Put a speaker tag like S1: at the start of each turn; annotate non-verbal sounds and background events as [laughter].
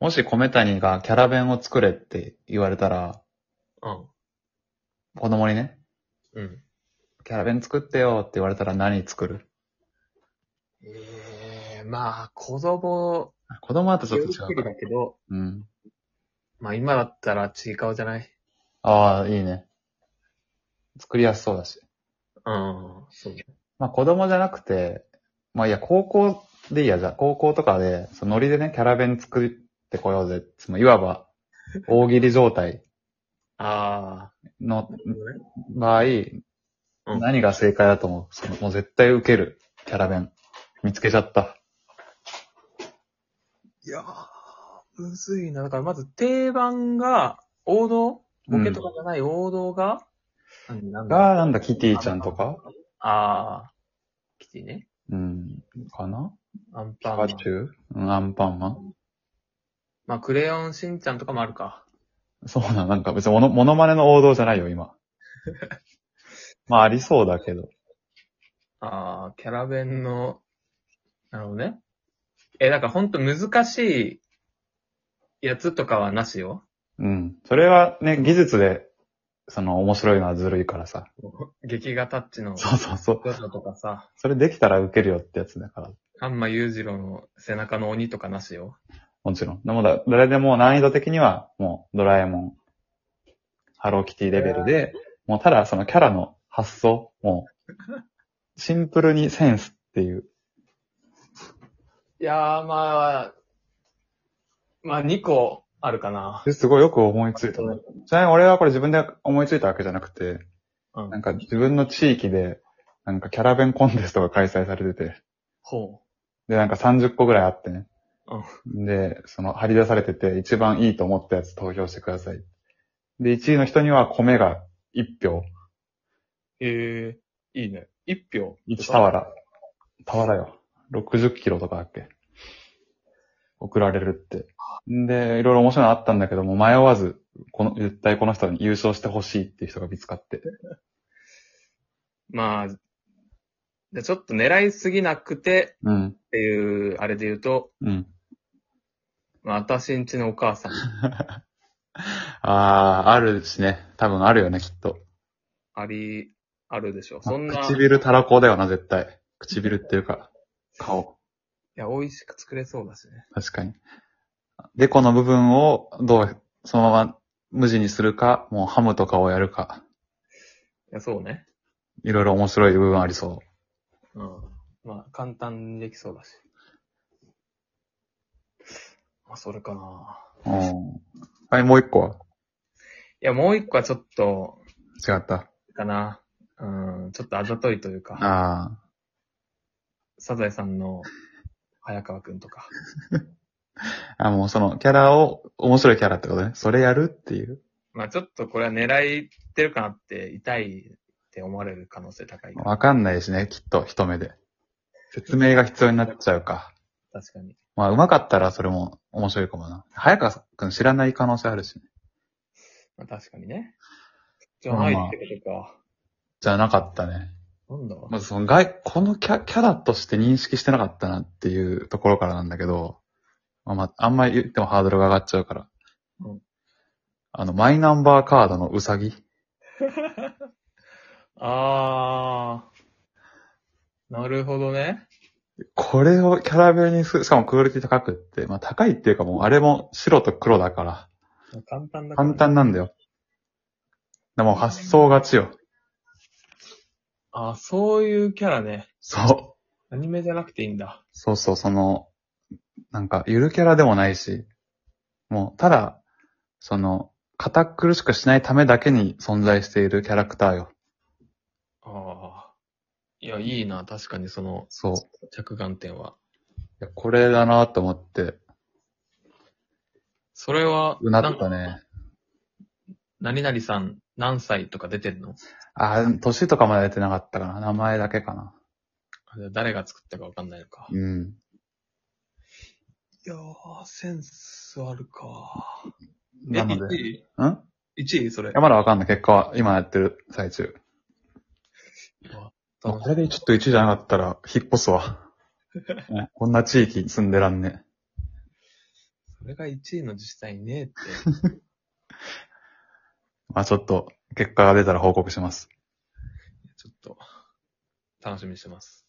S1: もし米谷がキャラ弁を作れって言われたら、
S2: うん。
S1: 子供にね、
S2: うん。
S1: キャラ弁作ってよって言われたら何作る
S2: ええまあ、子供、
S1: 子供だとち
S2: 手
S1: ょっと
S2: 作
S1: 違う
S2: り
S1: から。
S2: だけど、
S1: うん。
S2: まあ今だったらちいかわじゃない
S1: ああ、いいね。作りやすそうだし。
S2: うん。そうね。
S1: まあ子供じゃなくて、まあいや、高校でいいや、じゃあ高校とかで、そのノリでね、キャラ弁作ってこようぜ。そのいわば、大喜利状態
S2: あ
S1: の
S2: あ、なるほどね
S1: 場合、
S2: うん
S1: 何が正解だと思うそのもう絶対受けるキャラ弁。見つけちゃった。
S2: いやー、むずいな。だからまず定番が、王道ボケとかじゃない王道が、何なんだ
S1: が、なんだ、キティちゃんとか
S2: ああ、キティね。
S1: うん。かな
S2: アン
S1: ピ
S2: パンマ
S1: カ
S2: ン。
S1: チュウうん、アンパンマン
S2: まあ、クレヨンしんちゃんとかもあるか。
S1: そうなの、なんか別にモノモノマネの王道じゃないよ、
S2: [laughs]
S1: 今。まあ、ありそうだけど。
S2: ああ、キャラ弁の、なるほどね。え、だからほんと難しいやつとかはなしよ。
S1: うん。それはね、技術で、その、面白いのはずるいからさ。
S2: 劇画タッチの
S1: そうそうそう。
S2: 良さとかさ、
S1: それできたら受けるよってやつだから。
S2: カンマ裕次郎の背中の鬼とかなしよ。
S1: もちろん。でもだ、誰でも難易度的には、もう、ドラえもん、ハローキティレベルで、もうただそのキャラの発想、もう、シンプルにセンスっていう。
S2: いやー、まあ、まあ、2個あるかな。
S1: ですごいよく思いついたね。ちなみに俺はこれ自分で思いついたわけじゃなくて、
S2: うん
S1: なんか自分の地域で、なんかキャラ弁コンテストが開催されてて、
S2: ほ
S1: で、なんか30個ぐらいあってね。
S2: う
S1: で、その、張り出されてて、一番いいと思ったやつ投票してください。で、1位の人には米が1票、
S2: う。ええいいね。1票。
S1: 1俵。俵よ。60キロとかだっけ。送られるって。んで、いろいろ面白いのあったんだけども、迷わず、この、絶対この人に優勝してほしいっていう人が見つかって。
S2: まあ、でちょっと狙いすぎなくて
S1: うん。
S2: っていう、あれで言うと、
S1: うん。
S2: まあ、私んちのお母さん。
S1: あー、あるしね。多分あるよね、きっと。
S2: あり、あるでしょ。そんな、い
S1: 唇たらこだよな、絶対。唇っていうか、顔。
S2: や、美味しく作れそうだしね。
S1: 確かに。デコの部分をどう、そのまま無地にするか、もうハムとかをやるか、
S2: いや、そうね。
S1: いろいろ面白い部分ありそ
S2: うん。まあ、簡単にできそうだし。まあ、それかな。
S1: う。うん。はい、もう一個はい
S2: や、もう一個はちょっと、
S1: 違った。
S2: かな。うん、ちょっとあざといというか、
S1: あ
S2: サザエさんの早川くんとか。
S1: あ。あ、もうそのキャラを、面白いキャラってことね。それやるっていう。
S2: まあ、ちょっとこれは狙いってるかなって、痛いって思われる可能性高いから。
S1: わかんないしね、きっと、一目で。説明が必要になっちゃうか。
S2: 確かに。
S1: まあ、うまかったらそれも面白いかもな。早川くん知らない可能性あるしね。
S2: まあ、確かにね。じゃないってことか。
S1: じゃなかったね。
S2: なんだ
S1: まずその外、このキャキャラとして認識してなかったなっていうところからなんだけど、まあまあ、あんまり言ってもハードルが上がっちゃうから。
S2: うん
S1: あの、マイナンバーカードのウサギ。
S2: あー。なるほどね。
S1: これをキャラ弁にする、しかもクオリティ高くって、まあ高いっていうかもうあれも白と黒だから、
S2: 簡単だから
S1: 簡単なんだよ。でも発想勝ちよ。
S2: あ、そういうキャラね。
S1: そう。
S2: アニメじゃなくていいんだ。
S1: そうそう、その、なんか、ゆるキャラでもないし、もう、ただ、その、堅苦しくしないためだけに存在しているキャラクターよ。
S2: ああ。いや、いいな。確かにその
S1: そう。い
S2: 着眼点は。
S1: やこれだなと思って、
S2: それは、
S1: うなっ
S2: か
S1: たね。
S2: 何々さん何歳とか出てるの
S1: あー、歳とかまで出てなかったかな。名前だけかな。
S2: あれ誰が作ったかわかんないのか。
S1: うん。
S2: いやー、センスあるか。え、
S1: なの
S2: 1
S1: で、んい
S2: 位
S1: や、
S2: ?1 位それ。
S1: まだわかんない。結果は、今やってる最中。まあこれでちょっと1じゃなかったら、引っ越すわ。ねこんな地域に住んでらんね。
S2: それが1位の自治体ねえって。
S1: まあちょっと、結果が出たら報告します。
S2: ちょっと、楽しみにしてます。